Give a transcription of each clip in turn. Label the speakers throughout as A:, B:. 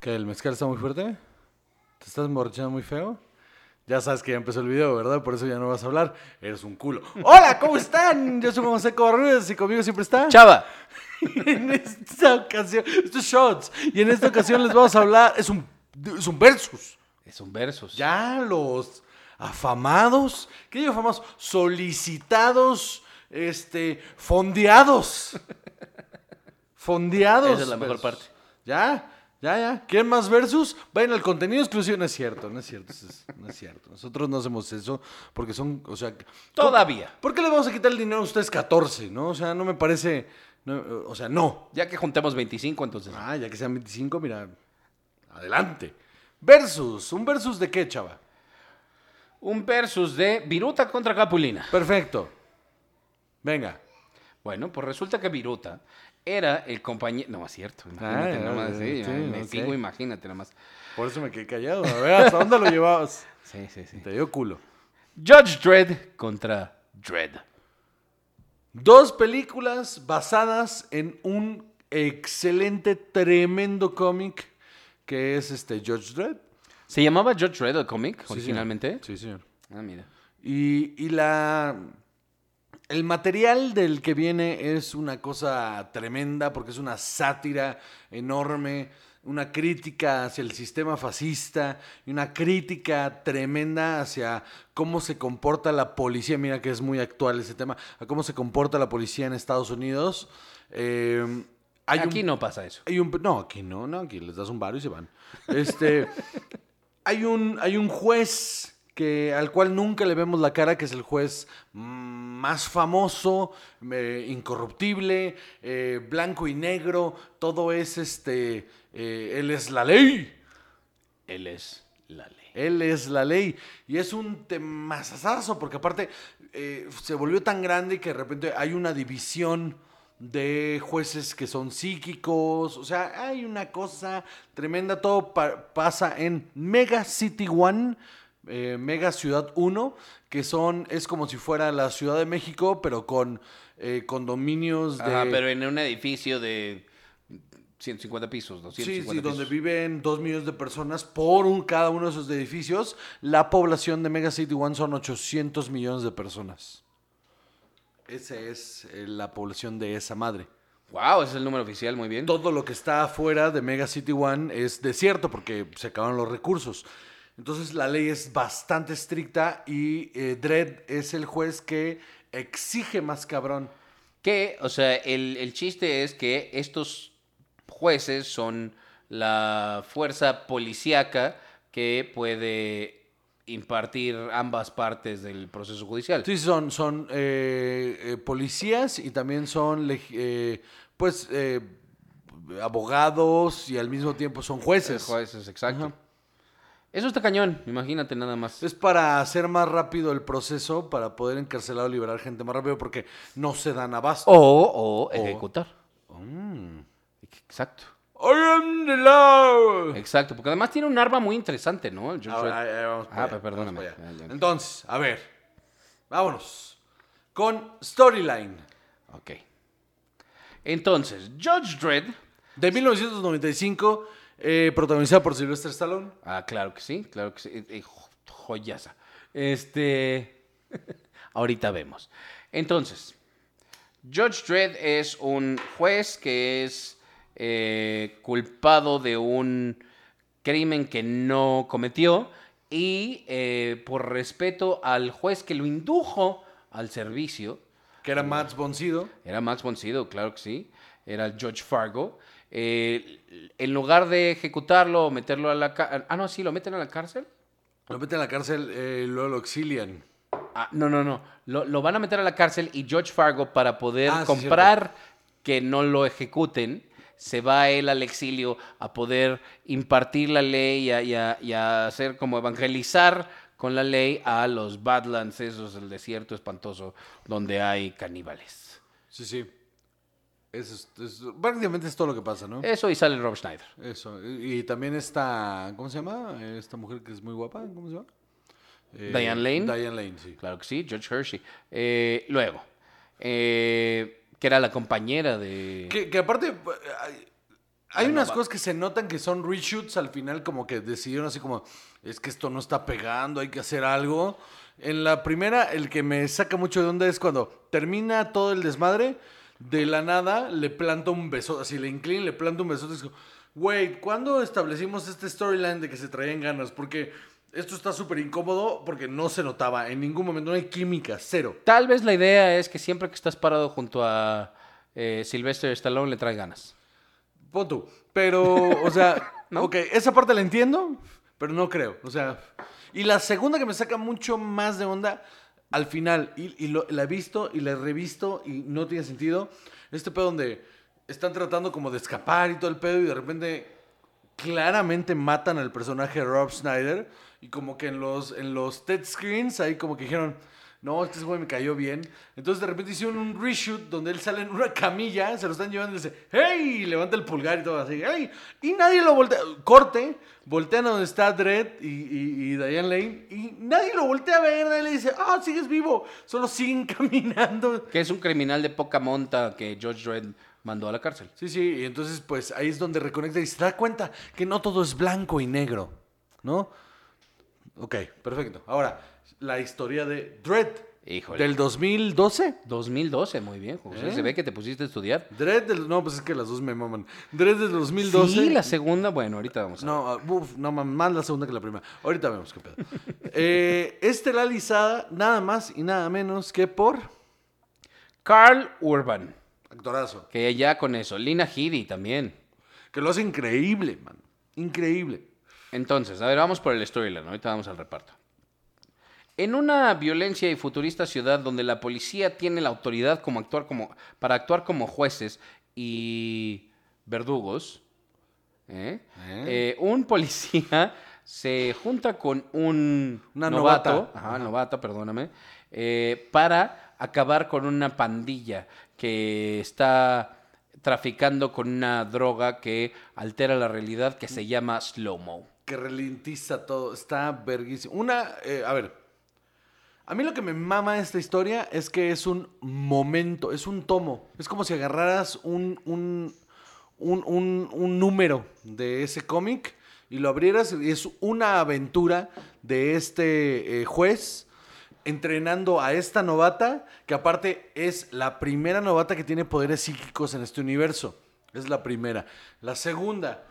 A: que el mezcal está muy fuerte. ¿Te estás emborrachando muy feo? Ya sabes que ya empezó el video, ¿verdad? Por eso ya no vas a hablar. Eres un culo. Hola, ¿cómo están? Yo soy José Corruiz y conmigo siempre está.
B: Chava.
A: en esta ocasión, estos shots. Y en esta ocasión les vamos a hablar. Es un, es un versus.
B: Es un versus.
A: Ya los afamados, ¿qué digo afamados? Solicitados, este, fondeados. Fondeados. pues.
B: Esa es la mejor parte.
A: Ya, ya, ya. ¿Quieren más versus? Vayan al contenido exclusivo. No es cierto, no es cierto, es- no es cierto. Nosotros no hacemos eso porque son, o sea...
B: Todavía.
A: ¿Por qué le vamos a quitar el dinero a ustedes 14, no? O sea, no me parece... no, o sea, no.
B: Ya que juntemos 25, entonces.
A: Ah, ya que sean 25, mira, adelante. Versus, ¿un versus de qué, chava?
B: Un versus de Viruta contra Capulina.
A: Perfecto. Venga.
B: Bueno, pues resulta que Viruta era el compañero. No, es cierto. Imagínate
A: Ah,
B: nada más. Sí,
A: sí,
B: me
A: ok.
B: fijo, imagínate nada más.
A: Por eso me quedé callado. A ver, ¿hasta dónde lo llevabas?
B: Sí, sí, sí.
A: Te dio culo.
B: Judge Dredd contra Dredd.
A: Dos películas basadas en un excelente, tremendo cómic que es este George Dredd.
B: ¿Se llamaba Judge Dredd el cómic
A: Sí,
B: originalmente?
A: señor. Sí, señor.
B: Ah, mira.
A: Y, y la. El material del que viene es una cosa tremenda porque es una sátira enorme, una crítica hacia el sistema fascista y una crítica tremenda hacia cómo se comporta la policía. Mira que es muy actual ese tema, a cómo se comporta la policía en Estados Unidos. Eh, hay un-
B: Aquí no pasa eso.
A: hay un- no, aquí no, no, aquí les das un bar y se van. Este, hay, un, hay un juez que, al cual nunca le vemos la cara, que es el juez mm, más famoso, eh, incorruptible, eh, blanco y negro, todo es este, eh, él es la ley.
B: Él es la ley.
A: Él es la ley. Y es un temazazazo, porque aparte eh, se volvió tan grande que de repente hay una división de jueces que son psíquicos. O sea, hay una cosa tremenda. Todo pa- pasa en Mega City One. eh, Mega Ciudad 1, que son, es como si fuera la Ciudad de México, pero con eh, condominios de...
B: Ajá, pero en un edificio de 150 pisos, 250
A: Sí, sí,
B: pisos.
A: donde viven dos millones de personas por un- cada uno de esos edificios. La población de Mega City One son 800 millones de personas. Esa es eh, la población de esa madre.
B: Wow, ese es el número oficial, muy bien.
A: Todo lo que está afuera de Mega City One es desierto porque se acabaron los recursos. Entonces la ley es bastante estricta y eh, Dredd es el juez que exige más cabrón.
B: Que, o sea, el, el chiste es que estos jueces son la fuerza policíaca que puede impartir ambas partes del proceso judicial.
A: Sí, son, son eh, eh, policías y también son, leg- eh, pues, eh, abogados y al mismo tiempo son jueces.
B: Jueces, exacto. Eso está cañón, imagínate nada más.
A: Es para hacer más rápido el proceso, para poder encarcelar o liberar gente más rápido porque no se dan abasto.
B: O, o ejecutar.
A: Mm.
B: Exacto.
A: I am the law.
B: Exacto, porque además tiene un arma muy interesante, ¿no? El Joshua-
A: Ahora, ahí- ahí vamos para
B: Ah,
A: allá,
B: pero perdóname.
A: vamos para allá.
B: Ya, ya.
A: Entonces, a ver, vámonos con Storyline
B: Ok. Entonces, Judge Dredd.
A: de 1995, eh, protagonizada por Sylvester Stallone.
B: Ah, claro que sí, claro que sí. Eh, eh, jo- joyaza. Este. Ahorita vemos. Entonces, Judge Dredd es un juez que es eh, culpado de un crimen que no cometió y eh, por respeto al juez que lo indujo al servicio,
A: que era Matt Boncido.
B: Era Max Boncido, claro que sí. Era el George Fargo. Eh, en lugar de ejecutarlo o meterlo a la cárcel. Ah, no, sí, lo meten a la cárcel.
A: Lo meten a la cárcel, eh, luego lo exilian.
B: Ah, no, no, no. Lo, lo van a meter a la cárcel y George Fargo, para poder
A: Ah, sí,
B: comprar que no lo ejecuten, se va él al exilio a poder impartir la ley y a, y a- y a hacer como evangelizar con la ley a los Badlands, esos, el desierto espantoso, donde hay caníbales.
A: Sí, sí. Eso es, es- prácticamente es todo lo que pasa, ¿no?
B: Eso y sale Rob Schneider.
A: Eso. Y, y también esta, ¿cómo se llama? Eh, Esta mujer que es muy guapa, ¿cómo se llama? Eh,
B: Diane Lane.
A: Diane Lane, sí.
B: Claro que sí, George Hershey. Eh, luego, eh, que era la compañera de...
A: Que, que aparte, eh, ay, Hay
B: Bueno,
A: unas
B: va.
A: cosas que se notan que son reshoots al final, como que decidieron así como, es que esto no está pegando, hay que hacer algo. En la primera, el que me saca mucho de onda es cuando termina todo el desmadre, de la nada le planta un beso, así le inclina, y le planta un beso. Es como, güey, ¿cuándo establecimos este storyline de que se traían ganas? Porque esto está súper incómodo porque no se notaba en ningún momento, no hay química, cero.
B: Tal vez la idea es que siempre que estás parado junto a eh, Sylvester Stallone le traes ganas.
A: Pon tú. Pero, o sea,
B: ¿No?
A: ok, esa parte la entiendo, pero no creo. O sea, y la segunda que me saca mucho más de onda al final, y, y lo- la he visto y la he revisto y no tiene sentido, este pedo donde están tratando como de escapar y todo el pedo y de repente claramente matan al personaje de Rob Schneider y como que en los en los TED screens ahí como que dijeron no, este güey me cayó bien. Entonces de repente hicieron un reshoot donde él sale en una camilla, se lo están llevando y dice, ¡Hey! Y levanta el pulgar y todo así, ¡Hey! Y nadie lo voltea. Corte, voltean a donde está Dredd y, y, y Diane Lane y nadie lo voltea a ver, nadie le dice, ¡Ah, sigues vivo! Solo siguen caminando.
B: Que es un criminal de poca monta que George Dredd mandó a la cárcel.
A: Sí, sí, y entonces pues ahí es donde reconecta y se da cuenta que no todo es blanco y negro, ¿no? Ok, perfecto. Ahora, la historia de Dread
B: Híjole.
A: del 2012.
B: 2012, muy bien. José.
A: ¿Eh?
B: Se ve que te pusiste a estudiar.
A: Dread del... No, pues es que las dos me maman. Dread del 2012.
B: Sí, la segunda. Bueno, ahorita vamos a ver.
A: No, ah, uf, no mam- más la segunda que la primera. Ahorita vemos qué pedo. eh, estelarizada nada más y nada menos que por
B: Carl Urban.
A: actorazo.
B: Que ya con eso. Lina Headey también.
A: Que lo hace increíble, man. Increíble.
B: Entonces, a ver, vamos por el storyline, ahorita vamos al reparto. En una violencia y futurista ciudad donde la policía tiene la autoridad como actuar como, para actuar como jueces y verdugos, ¿eh?
A: ¿Eh?
B: Eh, un policía se junta con un
A: Una
B: novato,
A: novata.
B: ajá, novata, perdóname, eh, para acabar con una pandilla que está traficando con una droga que altera la realidad que se llama slow mo.
A: que ralentiza todo. Está verguísimo. Una, eh, a ver. A mí lo que me mama de esta historia es que es un momento, es un tomo. Es como si agarraras un, un, un, un- un número de ese cómic y lo abrieras. Y es una aventura de este eh, juez entrenando a esta novata, que aparte es la primera novata que tiene poderes psíquicos en este universo. Es la primera. La segunda,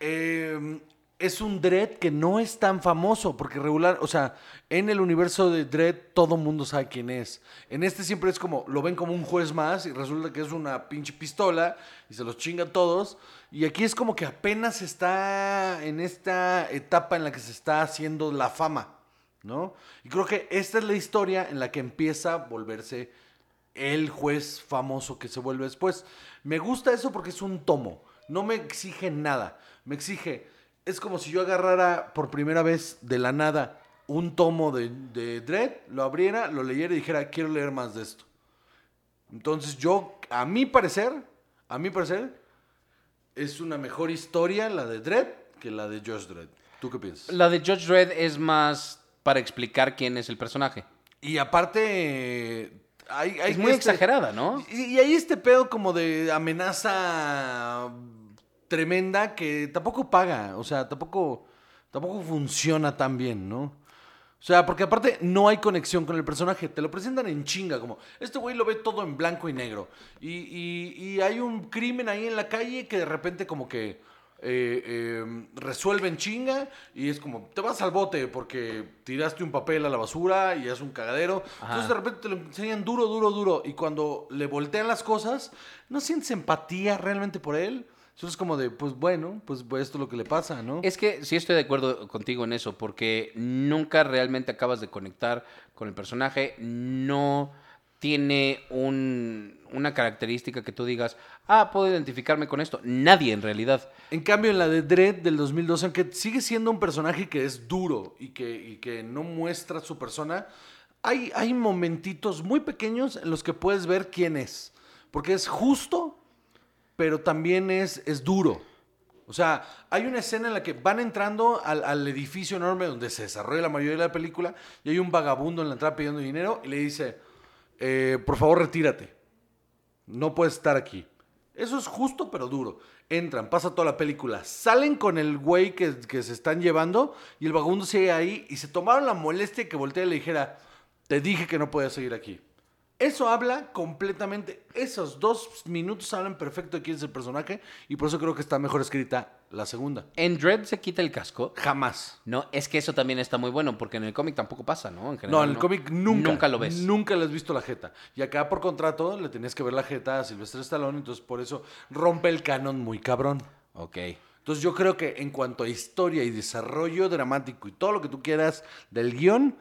A: eh, es un Dread que no es tan famoso, porque regular, o sea, en el universo de Dread todo mundo sabe quién es. En este siempre es como, lo ven como un juez más y resulta que es una pinche pistola y se los chinga a todos. Y aquí es como que apenas está en esta etapa en la que se está haciendo la fama, ¿no? Y creo que esta es la historia en la que empieza a volverse el juez famoso que se vuelve después. Me gusta eso porque es un tomo. No me exige nada. Me exige. Es como si yo agarrara por primera vez de la nada un tomo de, de Dredd, lo abriera, lo leyera y dijera, quiero leer más de esto. Entonces yo, a mi parecer, a mi parecer, es una mejor historia la de Dredd que la de Josh Dredd. ¿Tú qué piensas?
B: La de George Dredd es más para explicar quién es el personaje.
A: Y aparte, hay, hay
B: Es muy
A: este-
B: exagerada, ¿no?
A: Y, y ahí este pedo como de amenaza tremenda que tampoco paga, o sea, tampoco, tampoco funciona tan bien, ¿no? O sea, porque aparte no hay conexión con el personaje. Te lo presentan en chinga, como este güey lo ve todo en blanco y negro. Y, y- y hay un crimen ahí en la calle que de repente como que eh, eh, resuelve en chinga y es como, te vas al bote porque tiraste un papel a la basura y es un cagadero. Entonces de repente te lo enseñan duro, duro, duro. Y cuando le voltean las cosas, no sientes empatía realmente por él. Eso es como de, pues bueno, pues, pues, esto es lo que le pasa, ¿no?
B: Es que sí estoy de acuerdo contigo en eso, porque nunca realmente acabas de conectar con el personaje, no tiene un- una característica que tú digas, ah, puedo identificarme con esto. Nadie en realidad.
A: En cambio, en la de Dredd del 2012, aunque sigue siendo un personaje que es duro y que, y que no muestra su persona, hay, hay momentitos muy pequeños en los que puedes ver quién es. Porque es justo, pero también es, es duro. O sea, hay una escena en la que van entrando al, al edificio enorme donde se desarrolla la mayoría de la película y hay un vagabundo en la entrada pidiendo dinero y le dice, eh, por favor retírate, no puedes estar aquí. Eso es justo pero duro. Entran, pasa toda la película, salen con el güey que, que se están llevando y el vagabundo sigue ahí y se tomaron la molestia que voltea y le dijera, te dije que no podías seguir aquí. Eso habla completamente, esos dos minutos hablan perfecto de quién es el personaje y por eso creo que está mejor escrita la segunda.
B: ¿En Dread se quita el casco?
A: Jamás.
B: No, es que eso también está muy bueno, porque en el cómic tampoco pasa, ¿no? En general,
A: No, en el cómic nunca.
B: Nunca lo ves.
A: Nunca le has visto la jeta. Y acá por contrato le tenías que ver la jeta a Silvestre Stallone, entonces por eso rompe el canon muy cabrón.
B: Ok.
A: Entonces yo creo que en cuanto a historia y desarrollo dramático y todo lo que tú quieras del guión,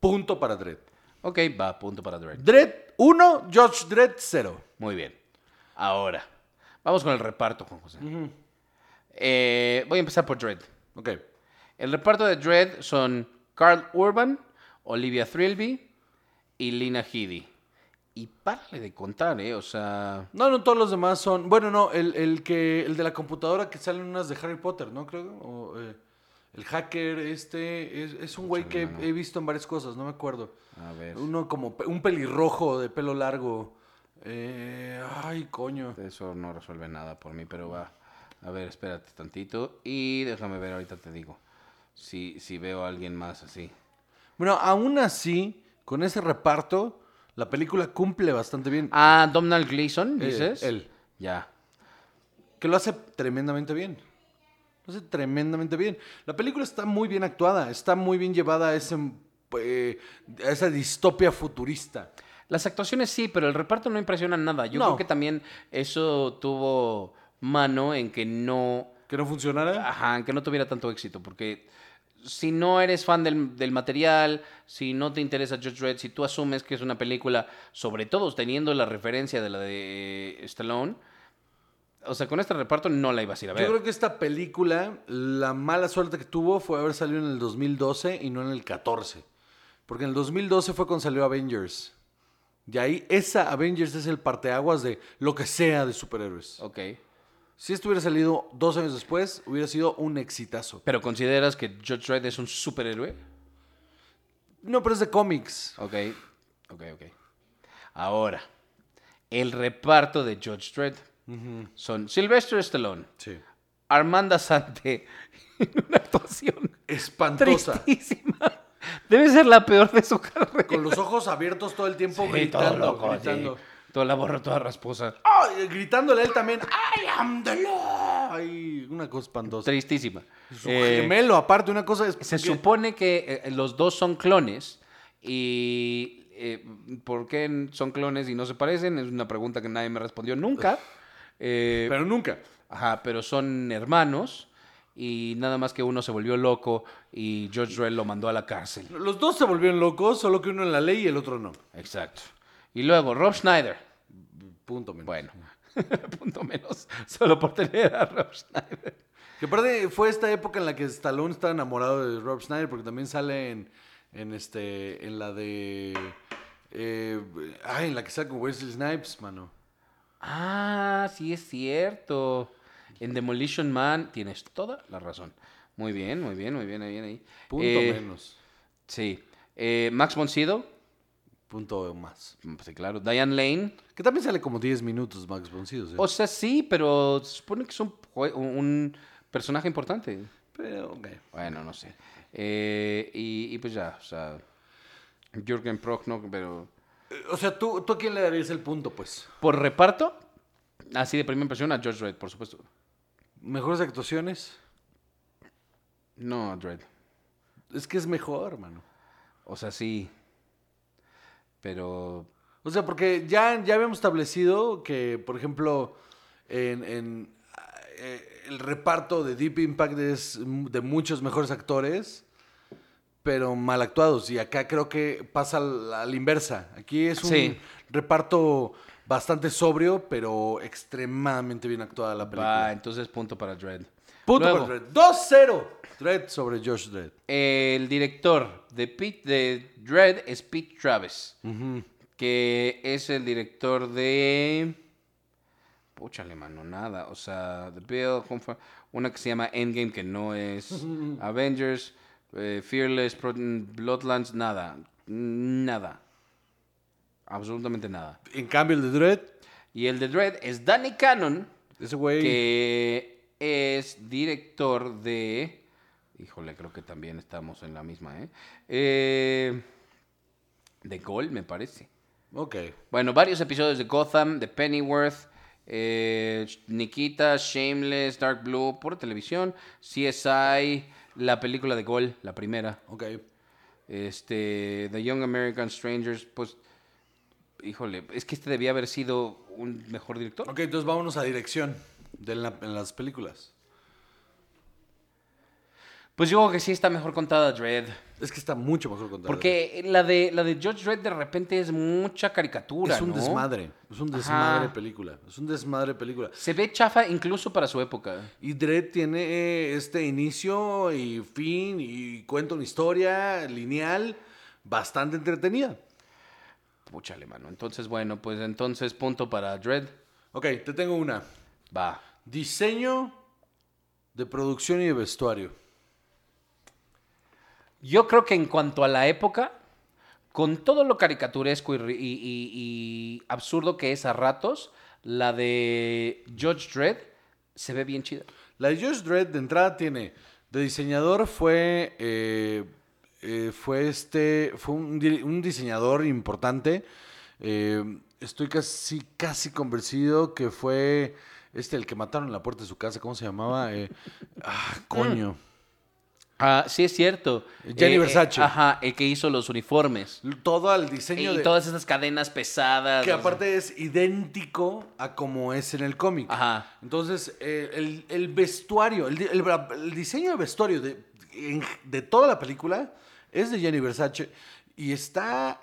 A: punto para Dredd.
B: Ok, va, punto para Dread.
A: Dredd 1, George Dredd 0.
B: Muy bien. Ahora, vamos con el reparto, Juan José. Eh, voy a empezar por Dread.
A: Ok.
B: El reparto de Dread son Carl Urban, Olivia Trilby y Lina Headey. Y párale de contar, ¿eh? O sea...
A: No, no, todos los demás son. Bueno, no, el, el que. El de la computadora que salen unas de Harry Potter, ¿no? Creo. o, eh, el hacker, este. Es, es un güey que
B: no, no.
A: he visto en varias cosas, no me acuerdo.
B: A ver,
A: Uno como. pe- Un pelirrojo de pelo largo. Eh, ay, coño.
B: eso no resuelve nada por mí, pero va. A ver, espérate tantito y déjame ver, ahorita te digo. Si, si veo a alguien más así.
A: Bueno, aún así, con ese reparto, la película cumple bastante bien.
B: Ah, Domhnall Gleeson,
A: Eh,
B: dices.
A: él.
B: Ya.
A: Que lo hace tremendamente bien. Lo hace tremendamente bien. La película está muy bien actuada, está muy bien llevada a, ese, eh, a esa distopia futurista.
B: Las actuaciones sí, pero el reparto no impresiona nada. Yo
A: No.
B: creo que también eso tuvo mano en que no,
A: ¿Que no funcionara?
B: ajá, en que no tuviera tanto éxito, porque si no eres fan del, del material, si no te interesa Judge Dredd, si tú asumes que es una película, sobre todo teniendo la referencia de la de eh, Stallone, o sea, con este reparto no la ibas a ir a
A: Yo
B: ver.
A: creo que esta película, la mala suerte que tuvo fue haber salido en el 2012 y no en el 14. Porque en el 2012 fue cuando salió Avengers. Y ahí, esa Avengers es el parteaguas de lo que sea de superhéroes.
B: Ok.
A: Si esto hubiera salido dos años después, hubiera sido un exitazo.
B: Pero consideras que Judge Dredd es un superhéroe?
A: No, pero es de cómics.
B: Ok, ok, ok. Ahora, el reparto de Judge Dredd son Sylvester Stallone,
A: Sí.
B: Armanda Sante, una actuación
A: Espantosa.
B: tristísima. Debe ser la peor de su carrera.
A: Con los ojos abiertos todo el tiempo,
B: Sí,
A: gritando,
B: todo loco,
A: gritando.
B: sí. Toda la borra, toda rasposa.
A: ¡Ay! gritándole a él también. ¡I am the law! Ay, una cosa espantosa.
B: Tristísima.
A: Su
B: Eh,
A: gemelo, aparte, una cosa es.
B: se
A: porque-
B: supone que eh, los dos son clones y eh, ¿por qué son clones y no se parecen? Es una pregunta que nadie me respondió nunca. Eh,
A: Pero nunca.
B: Ajá, pero son hermanos y nada más que uno se volvió loco y George Dredd lo mandó a la cárcel.
A: Los dos se volvieron locos, solo que uno en la ley y el otro no.
B: Exacto. Y luego Rob Schneider.
A: Punto menos.
B: Bueno, punto menos, solo por tener a Rob Schneider.
A: Que aparte fue esta época en la que Stallone estaba enamorado de Rob Schneider, porque también sale en, en este. en la de. eh, ay, en la que sale con Wesley Snipes, mano.
B: Ah, sí es cierto. En Demolition Man tienes toda la razón. Muy bien, muy bien, muy bien, ahí bien ahí.
A: Punto
B: Eh,
A: menos.
B: Sí. Eh, Max Moncido,
A: Punto más.
B: sí, claro. Diane Lane,
A: Que también sale como 10 minutos Max ¿eh? Boncido. ¿sí?
B: O sea, sí, pero se supone que es un, jue- un- un personaje importante.
A: Pero, ok.
B: Bueno, no sé. Eh, y, y pues ya, o sea, Jürgen Prochnow, pero
A: Eh, O sea, ¿tú, ¿tú a quién le darías el punto, pues?
B: por reparto, así de primera impresión a George Dredd, por supuesto.
A: ¿Mejores actuaciones?
B: No a Dredd.
A: Es que es mejor, hermano.
B: O sea, sí. Pero
A: O sea, porque ya, ya habíamos establecido que, por ejemplo, en, en, eh, el reparto de Deep Impact es de muchos mejores actores, pero mal actuados. Y acá creo que pasa a la, a la inversa. Aquí es un
B: Sí.
A: reparto bastante sobrio, pero extremadamente bien actuada la película.
B: va, entonces punto para Dredd.
A: Punto
B: Luego,
A: para Dredd. 2-0. Dredd sobre Josh Dredd.
B: El director de, Pete, de Dredd es Pete Travis, que es el director de... Púchale, mano, nada. O sea, The Bill, Home for- una que se llama Endgame, que no es Avengers, eh, Fearless, Pro- mm, Bloodlands, nada. Nada. Absolutamente nada.
A: En cambio, el de Dredd.
B: Y el de Dread es Danny Cannon,
A: Ese güey.
B: que es director de... Híjole, creo que también estamos en la misma, ¿eh? Eh, de Gold, me parece.
A: Ok.
B: Bueno, varios episodios de Gotham, de Pennyworth, eh, Nikita, Shameless, Dark Blue, por televisión, CSI, la película de Gol, la primera,
A: Ok.
B: este, The Young American Strangers, pues, híjole, es que este debía haber sido un mejor director.
A: Ok, entonces vámonos a dirección de la- en las películas.
B: Pues yo creo que sí está mejor contada Dread,
A: Es que está mucho mejor contada.
B: porque la de la de George Dread de repente es mucha caricatura,
A: es un
B: ¿no?
A: desmadre. Es un desmadre
B: Ajá.
A: película. Es un desmadre película.
B: Se ve chafa incluso para su época.
A: Y Dredd tiene eh, este inicio y fin y cuenta una historia lineal bastante entretenida.
B: Púchale, mano. Entonces, bueno, pues entonces punto para Dread.
A: Ok, te tengo una.
B: Va.
A: Diseño de producción y de vestuario.
B: Yo creo que en cuanto a la época, con todo lo caricaturesco y, ri- y- y- y absurdo que es a ratos, la de George Dredd se ve bien chida.
A: La de Josh Dredd de entrada tiene. De diseñador fue. eh, eh, fue este. Fue un, di- un diseñador importante. Eh, estoy casi, casi convencido que fue. Este, el que mataron en la puerta de su casa, ¿cómo se llamaba? Eh, ah, coño.
B: Ah, sí, es cierto.
A: Gianni Versace.
B: Eh, ajá, el que hizo los uniformes.
A: Todo el
B: Y,
A: diseño de-
B: todas esas cadenas pesadas.
A: que
B: o sea.
A: aparte es idéntico a como es en el cómic.
B: Ajá.
A: Entonces, eh, el, el vestuario, el, di- el bra- el diseño de vestuario de, en- de toda la película es de Gianni Versace y está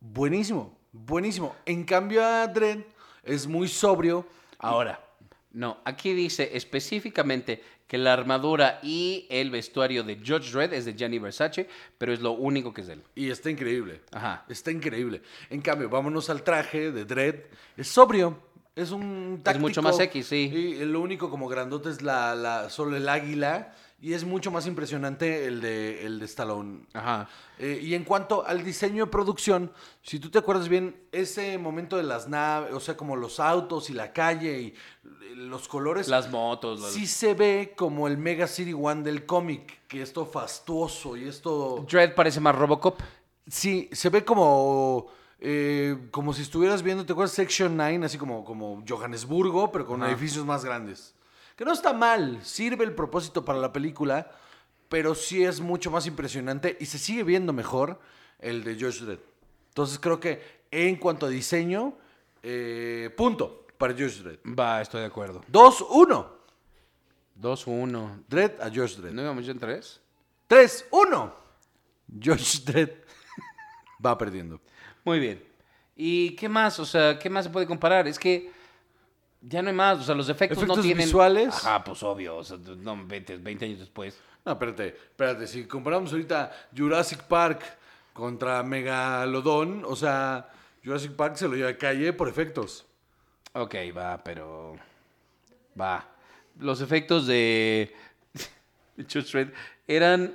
A: buenísimo, buenísimo. En cambio, a Dredd es muy sobrio.
B: Ahora, no, aquí dice específicamente que la armadura y el vestuario de George Dredd es de Gianni Versace, pero es lo único que es de él.
A: Y está increíble.
B: Ajá.
A: Está increíble. En cambio, vámonos al traje de Dredd. Es sobrio. Es un
B: Es
A: táctico.
B: mucho más X, sí.
A: Y lo único como grandote es la, la- solo el águila. Y es mucho más impresionante el de, el de Stallone.
B: Ajá.
A: Eh, y en cuanto al diseño de producción, si tú te acuerdas bien, ese momento de las naves, o sea, como los autos y la calle y eh, los colores,
B: Las motos, los...
A: sí se ve como el Mega City One del cómic, que esto fastuoso y esto...
B: Dread parece más Robocop.
A: Sí, se ve como. eh, como si estuvieras viendo, ¿te acuerdas? Section 9, así como, como Johannesburgo, pero con
B: Ajá.
A: edificios más grandes. Que no está mal, sirve el propósito para la película, pero sí es mucho más impresionante y se sigue viendo mejor el de Josh Dredd. Entonces creo que en cuanto a diseño, eh, punto para Josh Dredd.
B: Va, estoy de acuerdo.
A: 2-1.
B: 2-1.
A: Dredd a Josh Dredd.
B: ¿No íbamos ya en 3?
A: 3-1. Josh Dredd va perdiendo.
B: Muy bien. ¿Y qué más? O sea, ¿qué más se puede comparar? Es que ya no hay más. O sea, los efectos, no
A: Efectos
B: tienen...
A: visuales.
B: Ajá, pues obvio. O sea, no, 20, 20 años después.
A: No, espérate, espérate. Si comparamos ahorita Jurassic Park contra Megalodón, o sea, Jurassic Park se lo lleva a calle por efectos.
B: Ok, va, pero... Va. Los efectos de... de Judge Dredd eran...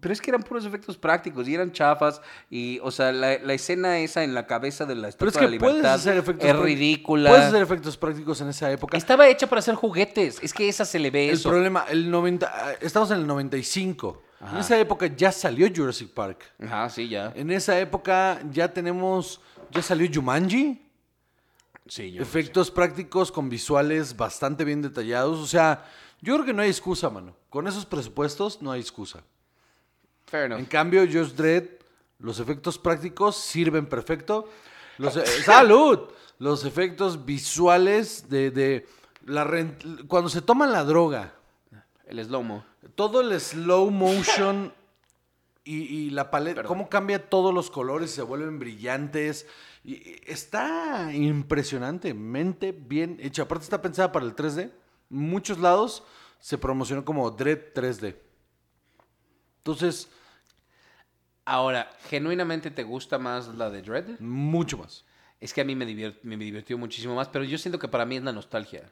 B: Pero es que eran puros efectos prácticos y eran chafas. Y, o sea, la, la escena esa en la cabeza de la
A: Pero
B: estatua
A: es que
B: de la
A: puedes
B: libertad
A: hacer efectos
B: es
A: prácticos-
B: ridícula.
A: Puedes hacer efectos prácticos en esa época.
B: Estaba hecha para hacer juguetes. Es que esa se le ve
A: el
B: eso.
A: problema, el 90, estamos en el 95. En
B: Ajá.
A: esa época ya salió Jurassic Park.
B: Ajá, sí, ya.
A: En esa época ya tenemos, ya salió Jumanji.
B: Sí, yo.
A: Efectos prácticos con visuales bastante bien detallados. O sea, yo creo que no hay excusa, mano. Con esos presupuestos no hay excusa.
B: Fair
A: En
B: enough.
A: cambio, Just Dredd, los efectos prácticos sirven perfecto. Los, eh, ¡Salud! Los efectos visuales de, de la ren- cuando se toman la droga,
B: El slow-mo.
A: todo el slow motion y, y la paleta,
B: Perdón.
A: cómo cambia todos los colores, se vuelven brillantes. Y- y está impresionantemente bien hecha. Aparte está pensada para el 3D. En muchos lados se promocionó como Dread 3D. Entonces,
B: Ahora, ¿genuinamente te gusta más la de Dread?
A: mucho más.
B: Es que a mí me, divier- me divirtió muchísimo más, pero yo siento que para mí es la nostalgia.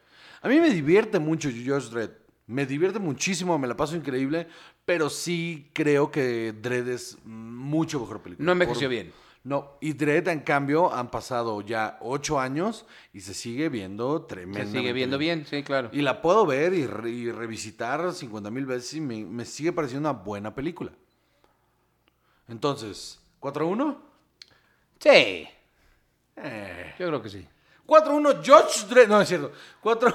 A: A mí me divierte mucho Josh Dredd. Me divierte muchísimo, me la paso increíble, pero sí creo que Dredd es mucho mejor película.
B: No envejeció
A: Por-
B: bien.
A: No, y Dredd, en cambio, han pasado ya ocho años y se sigue viendo
B: Se
A: tremendo.
B: sigue viendo bien, sí, claro.
A: Y la puedo ver y, re- y revisitar 50 mil veces y me, me sigue pareciendo una buena película. Entonces, ¿4-1?
B: Sí,
A: Eh,
B: yo creo que sí.
A: 4-1 George Dredd. No, es cierto. 4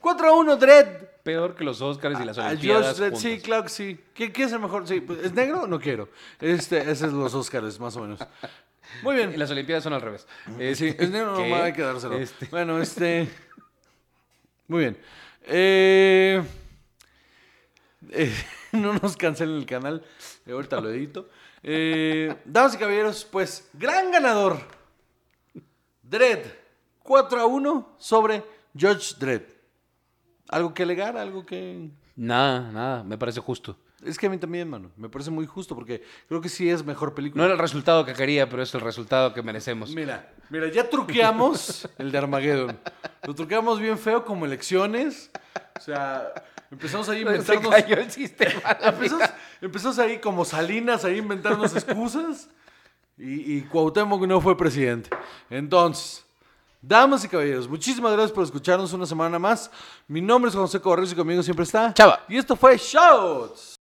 A: 4-1 Dredd.
B: Peor que los Oscars y las
A: A- a
B: Olimpiadas.
A: George Dredd, ah, sí,
B: juntos.
A: claro que sí. ¿Qué, qué es el mejor? Sí, pues, ¿Es negro? No quiero. Este, ese es los Óscares, más o menos. Muy bien.
B: Y las Olimpiadas son al revés. Eh,
A: Sí, Mm. es negro
B: ¿Qué?
A: nomás hay que dárselo.
B: Este,
A: Bueno, este. Muy bien. Eh, eh, no nos cancelen el canal. Eh, Ahorita lo edito. Eh, damas y caballeros, pues, gran ganador. Dredd. 4 a 1 sobre George Dredd. ¿Algo que alegar? ¿Algo que.?
B: Nada, nada, me parece justo.
A: Es que a mí también, mano. Me parece muy justo porque creo que sí es mejor película.
B: No era el resultado que quería, pero es el resultado que merecemos.
A: Mira, mira, ya truqueamos el de Armageddon. Lo truqueamos bien feo como elecciones. O sea, empezamos ahí a
B: Se
A: inventarnos.
B: cayó el sistema.
A: Empezamos, empezamos ahí como Salinas, ahí a inventarnos excusas. Y, y Cuauhtémoc no fue presidente. Entonces, damas y caballeros, muchísimas gracias por escucharnos una semana más. Mi nombre es José Correos y conmigo siempre está
B: Chava.
A: Y esto fue Shouts.